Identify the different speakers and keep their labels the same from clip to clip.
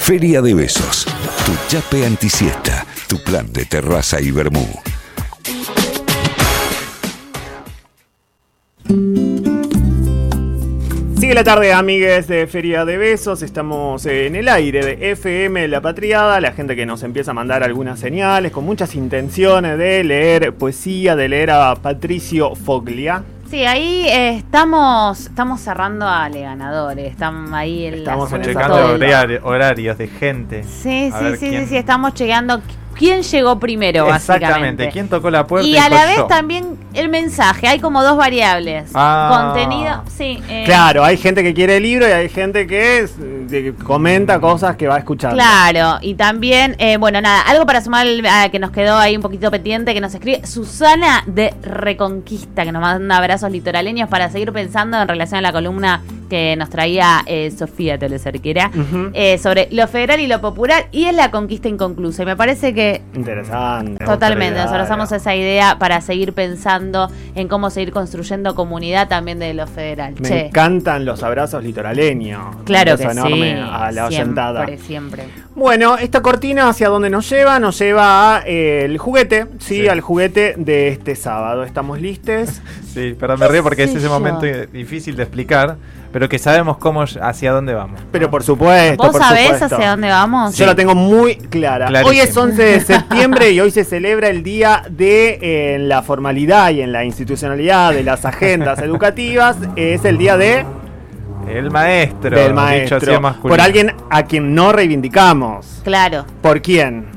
Speaker 1: Feria de Besos. Tu chape antisiesta. Tu plan de terraza y vermú.
Speaker 2: Sigue la tarde, amigues de Feria de Besos. Estamos en el aire de FM La Patriada. La gente que nos empieza a mandar algunas señales con muchas intenciones de leer poesía, de leer a Patricio Foglia.
Speaker 3: Sí, ahí eh, estamos, estamos cerrando a Ale Ganadores. Están ahí el
Speaker 2: Estamos
Speaker 3: asunto.
Speaker 2: checando
Speaker 3: Todo.
Speaker 4: horari- horarios de gente.
Speaker 3: Sí,
Speaker 4: A
Speaker 3: sí,
Speaker 4: ver
Speaker 3: sí,
Speaker 4: quién-
Speaker 3: sí, sí, estamos llegando. ¿Quién llegó primero, básicamente?
Speaker 4: Exactamente, ¿quién tocó la puerta?
Speaker 3: y a la
Speaker 4: fue
Speaker 3: vez
Speaker 4: yo?
Speaker 3: también el mensaje, hay como dos variables.
Speaker 4: Ah.
Speaker 3: Contenido, sí. eh,
Speaker 2: Claro, hay gente que quiere el libro y hay gente que, es- que comenta cosas que va a escuchar.
Speaker 3: Claro, y también, eh, bueno, nada, algo para sumar al- a que nos quedó ahí un poquito pendiente, que nos escribe Susana de Reconquista, que nos manda abrazos litoraleños para seguir pensando en relación a la columna que nos traía eh, Sofía Telecerquera
Speaker 2: Ujú.
Speaker 3: eh, sobre lo federal y lo popular, y es la conquista inconclusa. Y me parece que
Speaker 2: Interesante.
Speaker 3: Totalmente, nos
Speaker 2: Claro.
Speaker 3: abrazamos a esa idea para seguir pensando en cómo seguir construyendo comunidad también de lo federal.
Speaker 2: Me
Speaker 3: che,
Speaker 2: encantan los abrazos litoraleños.
Speaker 3: claro
Speaker 2: Un
Speaker 3: que
Speaker 2: beso
Speaker 3: sí.
Speaker 2: enorme a la oyentada.
Speaker 3: siempre, siempre.
Speaker 2: Bueno, esta cortina hacia dónde nos lleva, nos lleva a, eh, el juguete, sí,
Speaker 4: Sí.
Speaker 2: al juguete de este sábado. ¿Estamos listes?
Speaker 4: Sí, perdón, me río porque es
Speaker 3: sé
Speaker 4: ese
Speaker 3: yo?
Speaker 4: momento difícil de explicar, pero que sabemos cómo, hacia dónde vamos.
Speaker 2: Pero por supuesto,
Speaker 3: ¿Vos
Speaker 2: por
Speaker 3: sabés
Speaker 2: supuesto.
Speaker 3: hacia dónde vamos?
Speaker 2: Yo la tengo muy clara.
Speaker 4: Clarísimo.
Speaker 2: Hoy es 11 de septiembre y hoy se celebra el día de eh, en la formalidad y en la institucionalidad de las agendas educativas. Es el día de
Speaker 4: El maestro,
Speaker 2: del
Speaker 4: dicho
Speaker 2: maestro.
Speaker 4: así en masculino.
Speaker 2: Por alguien a quien no reivindicamos.
Speaker 3: Claro,
Speaker 2: ¿Por quién?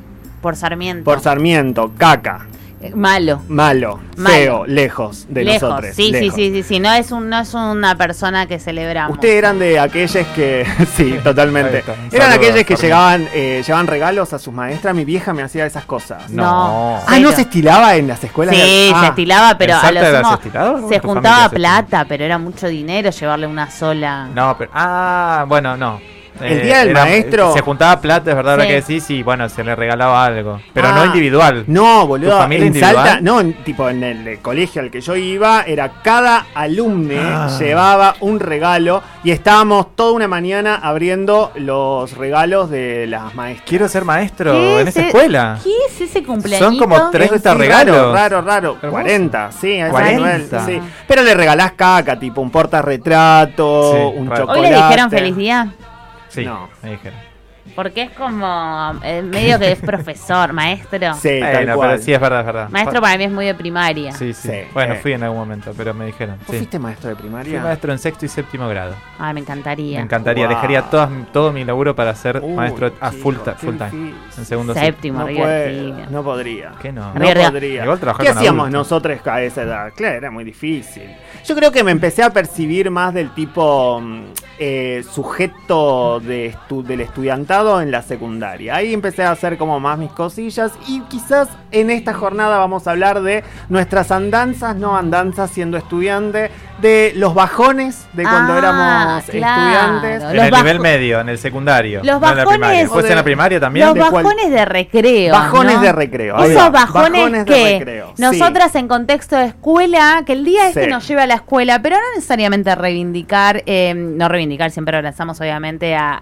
Speaker 3: por Sarmiento.
Speaker 2: Por Sarmiento, caca,
Speaker 3: Eh, Malo.
Speaker 2: malo,
Speaker 3: Malo.
Speaker 2: feo, lejos de
Speaker 3: lejos.
Speaker 2: nosotros.
Speaker 3: sí,
Speaker 2: lejos.
Speaker 3: sí, sí, sí, sí. No es un, no es una persona que celebramos.
Speaker 2: Ustedes eran de aquellos que. Sí,
Speaker 4: Ahí
Speaker 2: totalmente.
Speaker 4: está. Un
Speaker 2: Eran
Speaker 4: saludo,
Speaker 2: aquellos que
Speaker 4: Sarmiento.
Speaker 2: llegaban, eh, llevaban regalos a sus maestras. Mi vieja me hacía esas cosas.
Speaker 4: No.
Speaker 2: Ah, ¿no
Speaker 3: cero.
Speaker 2: se estilaba en las escuelas?
Speaker 3: Sí,
Speaker 2: Ah,
Speaker 3: se estilaba, pero
Speaker 4: ¿En
Speaker 3: a
Speaker 4: Salta
Speaker 3: lo
Speaker 4: eras
Speaker 3: sumo
Speaker 4: estilado? ¿Tu
Speaker 3: se
Speaker 4: familia
Speaker 3: juntaba
Speaker 4: se estilaba?
Speaker 3: plata, pero era mucho dinero llevarle una sola.
Speaker 4: No, pero. Ah, bueno, no. Eh,
Speaker 2: El día del maestro-
Speaker 4: Se juntaba plata, es verdad, ahora
Speaker 3: Sí.
Speaker 4: que decís, y bueno, se le regalaba algo. Pero
Speaker 2: Ah.
Speaker 4: no individual.
Speaker 2: No, boludo.
Speaker 4: ¿Tu familia
Speaker 2: en
Speaker 4: individual?
Speaker 2: Salta, no, en- tipo en el eh, colegio al que yo iba, era cada alumne
Speaker 4: Ah.
Speaker 2: llevaba un regalo y estábamos toda una mañana abriendo los regalos de las maestras.
Speaker 4: Quiero ser maestro
Speaker 3: ¿Qué
Speaker 4: en
Speaker 3: es
Speaker 4: esa
Speaker 3: e-
Speaker 4: escuela.
Speaker 3: ¿Qué es ese cumpleaños?
Speaker 4: como tres- 30
Speaker 2: Sí,
Speaker 4: regalos.
Speaker 2: Raro, raro, raro.
Speaker 4: Hermoso.
Speaker 2: 40, sí, a ese
Speaker 4: 40.
Speaker 2: nivel, sí. Pero le regalás caca, tipo un portarretrato,
Speaker 4: Sí,
Speaker 2: un
Speaker 4: raro.
Speaker 2: chocolate.
Speaker 3: Hoy le dijeron feliz día.
Speaker 4: Sí,
Speaker 2: No.
Speaker 4: me dijeron.
Speaker 3: Porque es como eh, medio que es profesor, maestro.
Speaker 2: Sí, tal
Speaker 4: Bueno,
Speaker 2: cual.
Speaker 4: pero sí, es verdad, es verdad.
Speaker 3: Maestro para mí es muy de primaria.
Speaker 4: Sí, sí.
Speaker 2: Sí,
Speaker 4: Bueno,
Speaker 2: eh.
Speaker 4: fui en algún momento, pero me dijeron.
Speaker 2: ¿Vos
Speaker 4: Sí.
Speaker 2: fuiste maestro de
Speaker 4: Fui
Speaker 2: primaria?
Speaker 4: maestro en sexto y séptimo grado.
Speaker 3: Ay, me encantaría.
Speaker 4: Me encantaría.
Speaker 2: Wow.
Speaker 4: Dejaría todas- todo mi laburo para ser
Speaker 2: Uy,
Speaker 4: maestro a
Speaker 2: chico,
Speaker 4: full, ta-
Speaker 2: qué
Speaker 4: full time.
Speaker 2: difícil.
Speaker 4: En segundo sí.
Speaker 3: Séptimo,
Speaker 2: No,
Speaker 3: divertido.
Speaker 2: puedo, no podría.
Speaker 4: ¿Qué no?
Speaker 2: No
Speaker 3: Arriba, arriba.
Speaker 2: podría.
Speaker 4: Igual trabajar
Speaker 2: ¿Qué
Speaker 4: con
Speaker 2: hacíamos
Speaker 4: adultos.
Speaker 2: nosotros a esa edad? Claro, era muy difícil. Yo creo que me empecé a percibir más del tipo mm, eh, sujeto de estu- del estudiantado en la secundaria. Ahí empecé a hacer como más mis cosillas y quizás en esta jornada vamos a hablar de nuestras andanzas, no andanzas siendo estudiante, de los bajones de cuando
Speaker 3: Ah,
Speaker 2: éramos
Speaker 3: claro.
Speaker 2: estudiantes.
Speaker 4: En
Speaker 3: Los
Speaker 4: el
Speaker 3: bajo-
Speaker 4: nivel medio, en el secundario.
Speaker 3: Los
Speaker 4: no en la
Speaker 3: bajones-
Speaker 4: primaria. Después en la primaria también.
Speaker 3: Los
Speaker 2: ¿De cuál?
Speaker 3: bajones de recreo.
Speaker 2: Bajones
Speaker 3: ¿no?
Speaker 2: de recreo. ahí va.
Speaker 3: Esos bajones,
Speaker 2: Bajones de
Speaker 3: que
Speaker 2: recreo, sí.
Speaker 3: nosotras en contexto de escuela, que el día este
Speaker 2: Sí.
Speaker 3: nos lleva a la escuela, pero no necesariamente a reivindicar, eh, no reivindicar, siempre abrazamos obviamente a,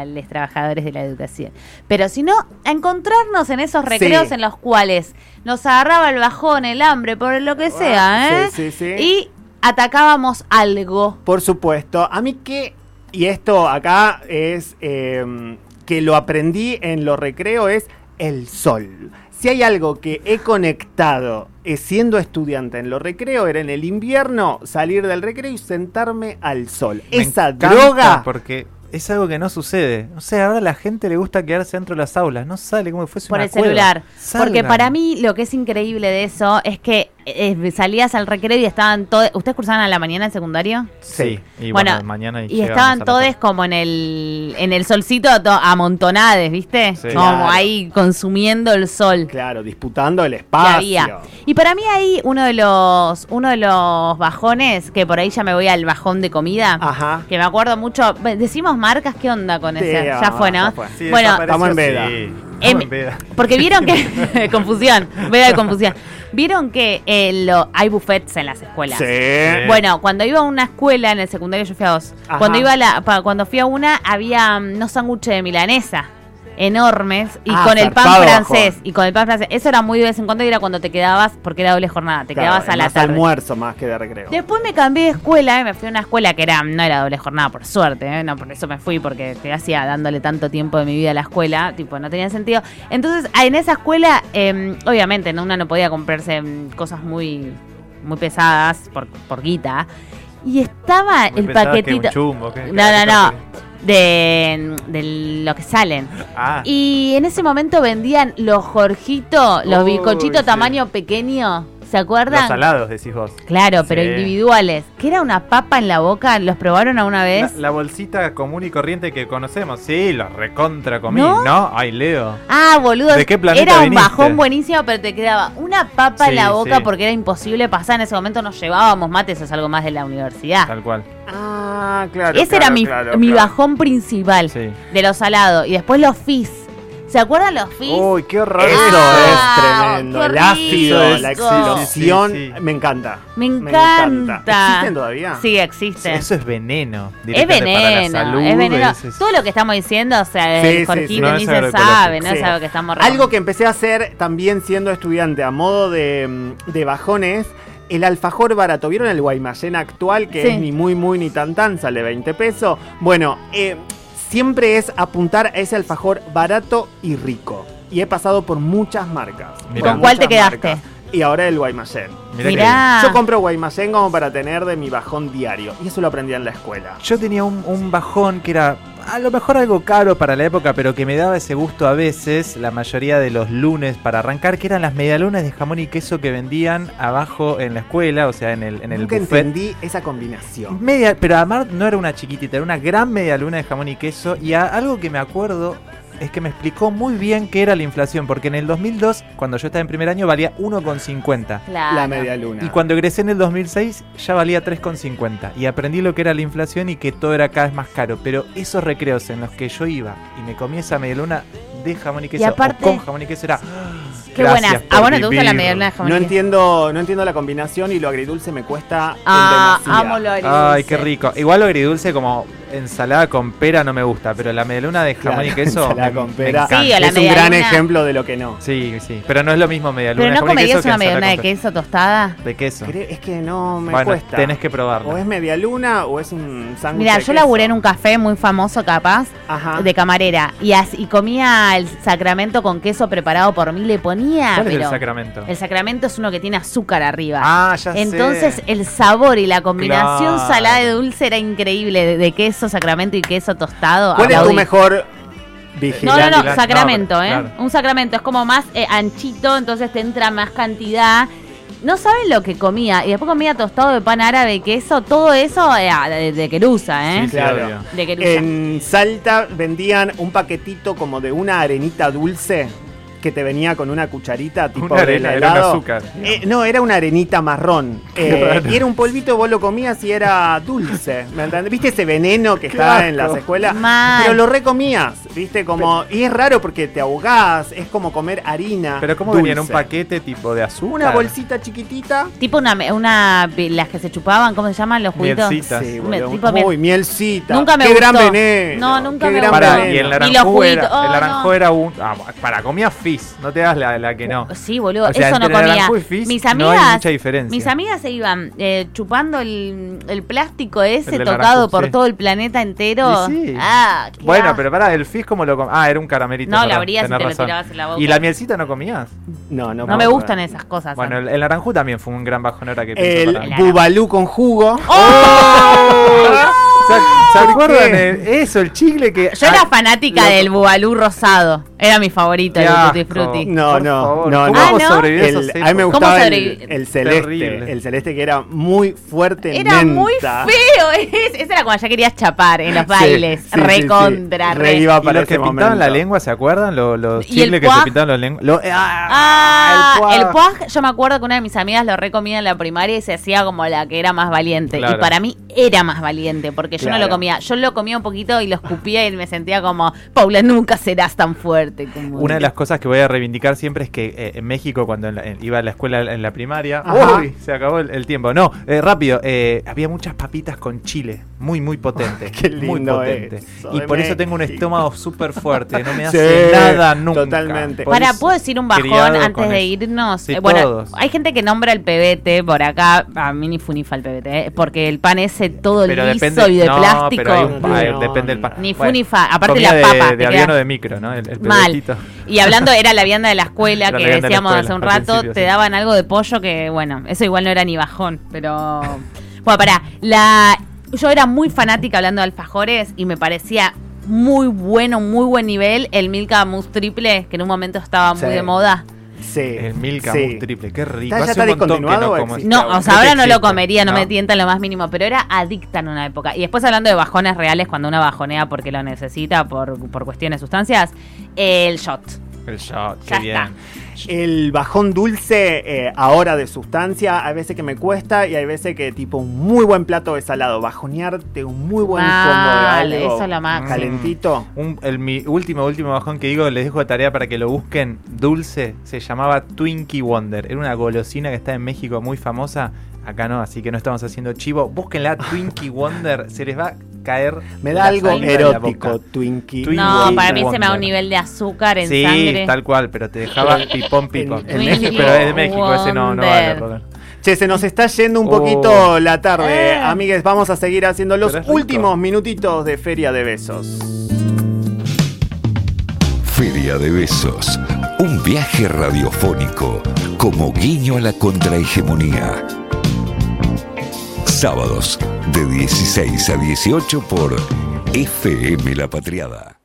Speaker 3: a los trabajadores de la educación, pero sino a encontrarnos en esos recreos
Speaker 2: Sí.
Speaker 3: en los cuales nos agarraba el bajón, el hambre, por lo que sea, ¿eh?
Speaker 2: Sí, sí, sí.
Speaker 3: Y atacábamos algo.
Speaker 2: Por supuesto. A mí que, y esto acá es eh, que lo aprendí en los recreo, es el sol. Si hay algo que he conectado eh, siendo estudiante en los recreo, era en el invierno salir del recreo y sentarme al sol.
Speaker 4: Me
Speaker 2: Esa
Speaker 4: encanta
Speaker 2: droga...
Speaker 4: Porque es algo que no sucede. O sea, ahora a la gente le gusta quedarse dentro de las aulas. No sale como si fuese
Speaker 3: por
Speaker 4: una
Speaker 3: el
Speaker 4: cueva.
Speaker 3: celular. Porque
Speaker 4: Salgan.
Speaker 3: para mí lo que es increíble de eso es que eh, salías al recreo y estaban todos... ¿Ustedes cursaban a la mañana en secundario?
Speaker 4: Sí. Y bueno,
Speaker 3: Bueno,
Speaker 4: mañana.
Speaker 3: Y
Speaker 4: llegamos a
Speaker 3: estaban
Speaker 4: la
Speaker 3: todos
Speaker 4: tarde.
Speaker 3: como en el, en el solcito to- amontonades, ¿viste?
Speaker 4: Sí.
Speaker 3: Como
Speaker 2: Claro.
Speaker 3: ahí consumiendo el sol.
Speaker 2: Claro, disputando el
Speaker 3: que
Speaker 2: espacio.
Speaker 3: había. Y para mí ahí uno de los uno de los bajones, que por ahí ya me voy al bajón de comida,
Speaker 2: Ajá.
Speaker 3: que me acuerdo mucho, decimos marcas, ¿qué onda con
Speaker 2: Sí,
Speaker 3: ese?
Speaker 2: ah,
Speaker 3: Ya fue, ¿no?
Speaker 2: ya fue.
Speaker 4: Sí,
Speaker 3: bueno,
Speaker 4: desapareció,
Speaker 2: Estamos en veda.
Speaker 4: sí.
Speaker 3: Em,
Speaker 4: en veda.
Speaker 3: porque vieron que. confusión, veda de confusión. Vieron que eh, lo, hay buffets en las escuelas.
Speaker 2: Sí.
Speaker 3: Bueno, cuando iba a una escuela en el secundario, yo fui a dos.
Speaker 2: Ajá.
Speaker 3: Cuando, iba a la, pa- cuando fui a una, había mm, unos sándwiches de milanesa enormes y
Speaker 2: Ah,
Speaker 3: con el pan
Speaker 2: zarpado,
Speaker 3: francés.
Speaker 2: Juan.
Speaker 3: Y con el pan francés. Eso era muy de vez en cuando y era cuando te quedabas, porque era doble jornada, te
Speaker 2: Claro,
Speaker 3: quedabas a
Speaker 2: es
Speaker 3: la
Speaker 2: más
Speaker 3: tarde.
Speaker 2: almuerzo más que de recreo.
Speaker 3: Después me cambié de escuela y me fui a una escuela que era no era doble jornada, por suerte, ¿eh? no por eso me fui, porque te hacía dándole tanto tiempo de mi vida a la escuela, tipo, no tenía sentido. Entonces, ah, en esa escuela, eh, obviamente, ¿no? una no podía comprarse mm, cosas muy, muy pesadas por, por guita. Y estaba
Speaker 4: Muy
Speaker 3: el
Speaker 4: pensaba que
Speaker 3: paquetito.
Speaker 4: un chumbo, que- que
Speaker 3: no, no,
Speaker 4: la
Speaker 3: no.
Speaker 4: gente
Speaker 3: De, em, de lo que salen.
Speaker 4: Ah,
Speaker 3: Y en ese momento vendían los Jorgito, los
Speaker 4: Uy,
Speaker 3: bizcochitos
Speaker 4: sí.
Speaker 3: tamaño pequeño. ¿Se
Speaker 4: los
Speaker 3: acuerdan?
Speaker 4: salados, decís vos.
Speaker 3: Claro, pero
Speaker 4: Sí.
Speaker 3: individuales. ¿Qué era una papa en la boca? ¿Los probaron alguna
Speaker 4: La,
Speaker 3: vez?
Speaker 4: la bolsita común y corriente que conocemos. Sí, los recontra comí,
Speaker 3: ¿No?
Speaker 4: ¿no? Ay, Leo.
Speaker 3: Ah, boludo.
Speaker 4: ¿De qué planeta
Speaker 3: era un
Speaker 4: viniste?
Speaker 3: bajón buenísimo, pero te quedaba una papa en
Speaker 4: Sí,
Speaker 3: la boca
Speaker 4: sí.
Speaker 3: porque era imposible pasar. En ese momento nos llevábamos mate, eso es algo más de la universidad.
Speaker 4: Tal cual.
Speaker 2: Ah, claro.
Speaker 3: Ese era
Speaker 2: claro,
Speaker 3: mi,
Speaker 2: claro,
Speaker 3: mi
Speaker 2: claro.
Speaker 3: bajón principal
Speaker 4: Sí.
Speaker 3: de los salados. Y después los fizz. ¿Se acuerdan los fizz?
Speaker 4: Uy, qué horror.
Speaker 2: Eso
Speaker 3: Ah,
Speaker 2: es tremendo.
Speaker 3: qué
Speaker 2: El ácido,
Speaker 4: rico.
Speaker 2: la explosión.
Speaker 4: Sí, sí, sí.
Speaker 2: Me encanta.
Speaker 3: me
Speaker 2: Me encanta.
Speaker 3: encanta.
Speaker 2: ¿Existen todavía?
Speaker 3: Sí, existen.
Speaker 4: Eso es veneno.
Speaker 3: Es
Speaker 4: directamente
Speaker 3: veneno,
Speaker 4: para la salud,
Speaker 3: es veneno.
Speaker 4: es- es-
Speaker 3: Todo lo que estamos diciendo, o sea,
Speaker 2: Sí,
Speaker 3: el
Speaker 2: sí,
Speaker 3: Jorgito
Speaker 2: sí. No
Speaker 3: ni
Speaker 4: es
Speaker 3: se
Speaker 4: agroecológico.
Speaker 3: sabe, no
Speaker 2: Sí.
Speaker 3: es algo que estamos
Speaker 2: Algo que empecé a hacer también siendo estudiante, a modo de, mm, de bajones, el alfajor barato. ¿Vieron el Guaymallén actual? Que
Speaker 3: Sí.
Speaker 2: es ni muy, muy, ni tan, tan, sale 20 pesos. Bueno, eh, siempre es apuntar a ese alfajor barato y rico. Y he pasado por muchas marcas.
Speaker 4: Mirá.
Speaker 2: por
Speaker 4: ¿Con
Speaker 3: cuál te
Speaker 2: muchas
Speaker 3: quedaste?
Speaker 2: Y ahora el Guaymallén.
Speaker 4: Mirá que-
Speaker 3: Mirá. Ah.
Speaker 2: Yo compro Guaymallén como para tener de mi bajón diario. Y eso lo aprendí en la escuela.
Speaker 4: Yo tenía un, un bajón que era a lo mejor algo caro para la época, pero que me daba ese gusto a veces, la mayoría de los lunes para arrancar, que eran las medialunas de jamón y queso que vendían abajo en la escuela, o sea, en el, en el
Speaker 2: Nunca
Speaker 4: buffet.
Speaker 2: entendí esa combinación.
Speaker 4: Media, pero además no era una chiquitita, era una gran medialuna de jamón y queso. Y a- algo que me acuerdo es que me explicó muy bien qué era la inflación, porque en el 2002, cuando yo estaba en primer año, valía 1,50.
Speaker 3: Claro.
Speaker 2: La media luna.
Speaker 4: Y cuando egresé en el 2006 ya valía 3,50 y aprendí lo que era la inflación y que todo era cada vez más caro. Pero esos recreos en los que yo iba y me comía esa medialuna de jamón y queso
Speaker 3: aparte-
Speaker 4: o con jamón y queso era...
Speaker 3: Qué
Speaker 4: "Gracias
Speaker 3: buenas.
Speaker 4: por
Speaker 3: Ah, bueno, te gusta la
Speaker 4: vivir".
Speaker 3: medialuna de jamón.
Speaker 2: No
Speaker 3: y queso?
Speaker 2: entiendo, no entiendo la combinación y lo agridulce me cuesta
Speaker 3: Ah,
Speaker 2: en demasía.
Speaker 3: amo lo agridulce.
Speaker 4: Ay, qué rico. Igual lo agridulce como ensalada con pera no me gusta, pero la medialuna de jamón
Speaker 2: Claro,
Speaker 4: y queso...
Speaker 2: ensalada
Speaker 4: me-
Speaker 2: con
Speaker 4: me
Speaker 2: pera.
Speaker 4: encanta.
Speaker 3: Sí, a la
Speaker 2: es un gran
Speaker 3: medialuna.
Speaker 2: ejemplo de lo que no.
Speaker 4: Sí, sí. Pero no es lo mismo medialuna
Speaker 3: Pero
Speaker 4: de
Speaker 3: no
Speaker 4: jamón y queso
Speaker 3: comerías
Speaker 4: que
Speaker 3: una
Speaker 4: ensalada
Speaker 3: medialuna de
Speaker 4: con
Speaker 3: queso tostada.
Speaker 4: pera. De queso.
Speaker 2: Cre- Es que no me
Speaker 4: bueno,
Speaker 2: cuesta.
Speaker 4: tenés que probarlo.
Speaker 2: O es media luna o es un sándwich.
Speaker 3: Mira,
Speaker 2: de
Speaker 3: yo laburé en
Speaker 2: queso.
Speaker 3: un café muy famoso, capaz,
Speaker 2: Ajá.
Speaker 4: Ah.
Speaker 3: de camarera. Y, as- y comía el sacramento con queso preparado por mí. Le ponía.
Speaker 4: ¿Cuál es el
Speaker 3: pero
Speaker 4: sacramento?
Speaker 3: el sacramento es uno que tiene azúcar arriba.
Speaker 4: Ah, ya sé.
Speaker 3: Entonces ¿eh? el sabor y la combinación
Speaker 4: Claro.
Speaker 3: salada y dulce era increíble de, de queso, sacramento y queso tostado.
Speaker 2: ¿Cuál es tu
Speaker 3: aplaudí.
Speaker 2: mejor
Speaker 3: No,
Speaker 2: vigilante?
Speaker 3: no, no,
Speaker 4: Gilani,
Speaker 3: sacramento,
Speaker 4: no,
Speaker 3: ¿eh?
Speaker 4: pero, claro.
Speaker 3: Un sacramento es como más eh, anchito, entonces te entra más cantidad. No saben lo que comía. Y después comía tostado de pan árabe, queso, todo eso eh, ah, de, de querusa, ¿eh?
Speaker 4: Sí, sí,
Speaker 2: Claro.
Speaker 4: obvio.
Speaker 3: De querusa.
Speaker 2: En Salta vendían un paquetito como de una arenita dulce que te venía con una cucharita tipo
Speaker 4: Una arena,
Speaker 2: del
Speaker 4: era un
Speaker 2: helado.
Speaker 4: azúcar.
Speaker 2: Eh, no, era una arenita marrón. Eh, y era un polvito, vos lo comías y era dulce. ¿Me entendés? ¿Viste ese veneno que está en las escuelas?
Speaker 3: Mal.
Speaker 2: Pero lo recomías, ¿viste? Como, y es raro porque te ahogás, es como comer harina.
Speaker 4: Pero ¿cómo
Speaker 2: dulce.
Speaker 4: venía en un paquete tipo de azúcar?
Speaker 2: Una bolsita chiquitita.
Speaker 3: Tipo una, una. Las que se chupaban, ¿cómo se llaman los juguitos?
Speaker 4: Mielcita.
Speaker 2: Sí,
Speaker 3: Me-
Speaker 2: boludo.
Speaker 3: tipo miel.
Speaker 2: Uy, mielcita.
Speaker 3: Nunca me
Speaker 2: Qué gran
Speaker 3: gustó.
Speaker 2: veneno.
Speaker 3: No, nunca
Speaker 2: Qué
Speaker 3: me
Speaker 2: gran
Speaker 3: gustó.
Speaker 4: Para,
Speaker 2: veneno.
Speaker 4: y
Speaker 3: los
Speaker 4: el naranjú era,
Speaker 3: juguitos, oh,
Speaker 4: el naranjú
Speaker 3: no.
Speaker 4: era un... ah, para, comía fizz, no te das la, la que no.
Speaker 3: Oh, Sí, boludo,
Speaker 4: O sea,
Speaker 3: eso no
Speaker 4: entre
Speaker 3: comía.
Speaker 4: naranjú y fizz
Speaker 3: Mis
Speaker 4: no hay
Speaker 3: amigas,
Speaker 4: mucha diferencia.
Speaker 3: mis amigas se iban eh, chupando el, el plástico ese
Speaker 4: El de
Speaker 3: tocado
Speaker 4: naranjú,
Speaker 3: por
Speaker 4: sí.
Speaker 3: todo el planeta entero.
Speaker 4: Y sí.
Speaker 3: Ah, qué
Speaker 4: Bueno,
Speaker 3: asco.
Speaker 4: pero pará, el fizz como lo comía. Ah, era un caramelito.
Speaker 3: No,
Speaker 4: es verdad,
Speaker 3: la abrías y
Speaker 4: tenés
Speaker 3: te lo
Speaker 4: razón.
Speaker 3: tirabas en la boca.
Speaker 4: ¿Y la mielcita no comías?
Speaker 2: No, no,
Speaker 3: No me gustan esas cosas.
Speaker 4: Bueno, el, el naranjú también fue un gran bajón ahora que pienso
Speaker 2: El
Speaker 4: para mí.
Speaker 2: bubalú con jugo.
Speaker 3: ¡Oh!
Speaker 4: ¿Se, se
Speaker 2: ¿Por
Speaker 4: acuerdan?
Speaker 2: qué?
Speaker 4: el- eso, el chicle que...
Speaker 3: Yo
Speaker 2: Ah,
Speaker 3: era fanática del bubalú rosado. Era mi favorito,
Speaker 4: Qué
Speaker 3: el Tutti
Speaker 4: asco.
Speaker 3: Frutti.
Speaker 2: No,
Speaker 4: Por
Speaker 2: no,
Speaker 4: favor,
Speaker 2: no,
Speaker 4: ¿cómo
Speaker 2: no.
Speaker 3: Ah,
Speaker 4: vamos a
Speaker 3: ¿no?
Speaker 4: sobrevivir a
Speaker 2: El-
Speaker 4: esos
Speaker 2: a mí me
Speaker 4: tiempos?
Speaker 3: ¿Cómo
Speaker 2: gustaba el,
Speaker 3: sobrevive?
Speaker 2: el celeste.
Speaker 4: Terrible.
Speaker 2: El celeste que era muy fuerte. en
Speaker 3: Era muy
Speaker 2: menta.
Speaker 3: feo. ese- Ese era cuando ya querías chapar en los
Speaker 2: Sí,
Speaker 3: bailes.
Speaker 2: sí, sí, sí.
Speaker 3: Recontra,
Speaker 2: Re
Speaker 3: re.
Speaker 2: iba
Speaker 4: Y
Speaker 2: para
Speaker 4: los que
Speaker 2: ese
Speaker 4: pintaban
Speaker 2: momento.
Speaker 4: la lengua, ¿se acuerdan? Los, los
Speaker 3: ¿Y el
Speaker 4: chicles que
Speaker 3: puaj?
Speaker 4: se pintaban los lenguas. Lo-
Speaker 3: Ah,
Speaker 4: ah,
Speaker 3: el
Speaker 4: puaj.
Speaker 3: puaj, yo me acuerdo que una de mis amigas lo recomía en la primaria y se hacía como la que era más valiente. Y
Speaker 4: Claro.
Speaker 3: para mí era más valiente, porque yo no
Speaker 2: Claro.
Speaker 3: lo comía. Yo lo comía un poquito y lo escupía y me sentía como, Paula, nunca serás tan fuerte. Como
Speaker 4: Una de las cosas que voy a reivindicar siempre es que eh, en México, cuando en la- en- iba a la escuela en la primaria,
Speaker 2: Ajá.
Speaker 4: ¡Uy! se acabó el, el tiempo. No, eh, rápido, eh, había muchas papitas con chile, muy, muy potente.
Speaker 2: Qué
Speaker 4: muy
Speaker 2: lindo
Speaker 4: potente.
Speaker 2: eso
Speaker 4: Y
Speaker 2: de
Speaker 4: por eso tengo un
Speaker 2: México.
Speaker 4: estómago súper fuerte, no me
Speaker 2: Sí,
Speaker 4: hace nada nunca.
Speaker 2: totalmente.
Speaker 4: Por
Speaker 3: Para,
Speaker 4: eso,
Speaker 3: ¿puedo decir un bajón
Speaker 4: criado
Speaker 3: antes
Speaker 4: con
Speaker 3: de
Speaker 4: eso.
Speaker 3: irnos?
Speaker 4: Sí,
Speaker 3: Eh, bueno,
Speaker 4: todos.
Speaker 3: hay gente que nombra el pebete por acá. A mí ni funifa el pebete, eh, porque el pan ese todo
Speaker 4: Pero
Speaker 3: liso
Speaker 4: depende,
Speaker 3: y de
Speaker 4: no,
Speaker 3: plástico.
Speaker 4: pero hay un pa-
Speaker 2: No,
Speaker 4: depende del pan.
Speaker 3: Ni fu
Speaker 4: Bueno,
Speaker 3: ni fa. Aparte
Speaker 4: comida
Speaker 3: la
Speaker 4: de-
Speaker 3: papa.
Speaker 4: De,
Speaker 3: te
Speaker 4: avión
Speaker 3: queda-
Speaker 4: o de micro, ¿no? El, el
Speaker 3: Mal.
Speaker 4: pedacito.
Speaker 3: Y hablando, era la vianda de la escuela
Speaker 4: Era la
Speaker 3: que
Speaker 4: vianda de la
Speaker 3: decíamos
Speaker 4: escuela,
Speaker 3: hace un
Speaker 4: al
Speaker 3: rato,
Speaker 4: principio,
Speaker 3: te
Speaker 4: sí.
Speaker 3: daban algo de pollo que, bueno, eso igual no era ni bajón, pero. Bueno, pará, la. Yo era muy fanática hablando de alfajores y me parecía muy bueno, muy buen nivel el Milka Mousse triple, que en un momento estaba muy
Speaker 2: Sí.
Speaker 3: de moda.
Speaker 2: Sí.
Speaker 4: El Milka
Speaker 2: sí.
Speaker 4: Mousse triple, qué rico.
Speaker 2: ¿Está- ya
Speaker 4: Hace
Speaker 2: está
Speaker 4: un montón que
Speaker 2: discontinuado o
Speaker 4: no como este
Speaker 2: existe
Speaker 4: esta,
Speaker 3: No,
Speaker 4: bueno.
Speaker 3: o sea, ahora no lo
Speaker 4: existe,
Speaker 3: comería, no, me tienta en lo más mínimo, pero era adicta en una época. Y después hablando de bajones reales, cuando una bajonea porque lo necesita, por, por cuestiones de sustancias, el shot.
Speaker 4: El shot, qué
Speaker 3: Ya
Speaker 4: bien.
Speaker 3: está.
Speaker 2: El bajón dulce eh, ahora de sustancia, hay veces que me cuesta y hay veces que tipo un muy buen plato de salado, bajonearte un muy buen
Speaker 3: Mal,
Speaker 2: combo de algo
Speaker 3: eso es lo máximo.
Speaker 2: calentito.
Speaker 4: Un- el, mi último, último bajón que digo, les dejo de tarea para que lo busquen. Dulce, se llamaba Twinkie Wonder. Era una golosina que está en México muy famosa. Acá no, así que no estamos haciendo chivo. Búsquenla, Twinkie Wonder. Se les va a caer.
Speaker 2: Me
Speaker 4: la
Speaker 2: da algo
Speaker 4: saliva de la
Speaker 2: erótico,
Speaker 4: boca.
Speaker 2: Twinkie.
Speaker 4: Twinkie
Speaker 3: No,
Speaker 4: Wonder.
Speaker 3: para mí se me da un nivel de azúcar en
Speaker 4: Sí,
Speaker 3: sangre.
Speaker 4: tal cual, pero te dejaba pipón, pipón.
Speaker 2: en
Speaker 3: México.
Speaker 4: Pero es de México, ese no, no vale,
Speaker 3: Wonder.
Speaker 4: Robert.
Speaker 2: Che, se nos está yendo un poquito
Speaker 4: Oh.
Speaker 2: la tarde.
Speaker 3: Eh.
Speaker 2: Amigues, vamos a seguir haciendo los
Speaker 4: Pero es rico.
Speaker 2: últimos minutitos de Feria de Besos.
Speaker 1: Feria de Besos. Un viaje radiofónico como guiño a la contrahegemonía. Sábados de 16 a 18 por FM La Patriada.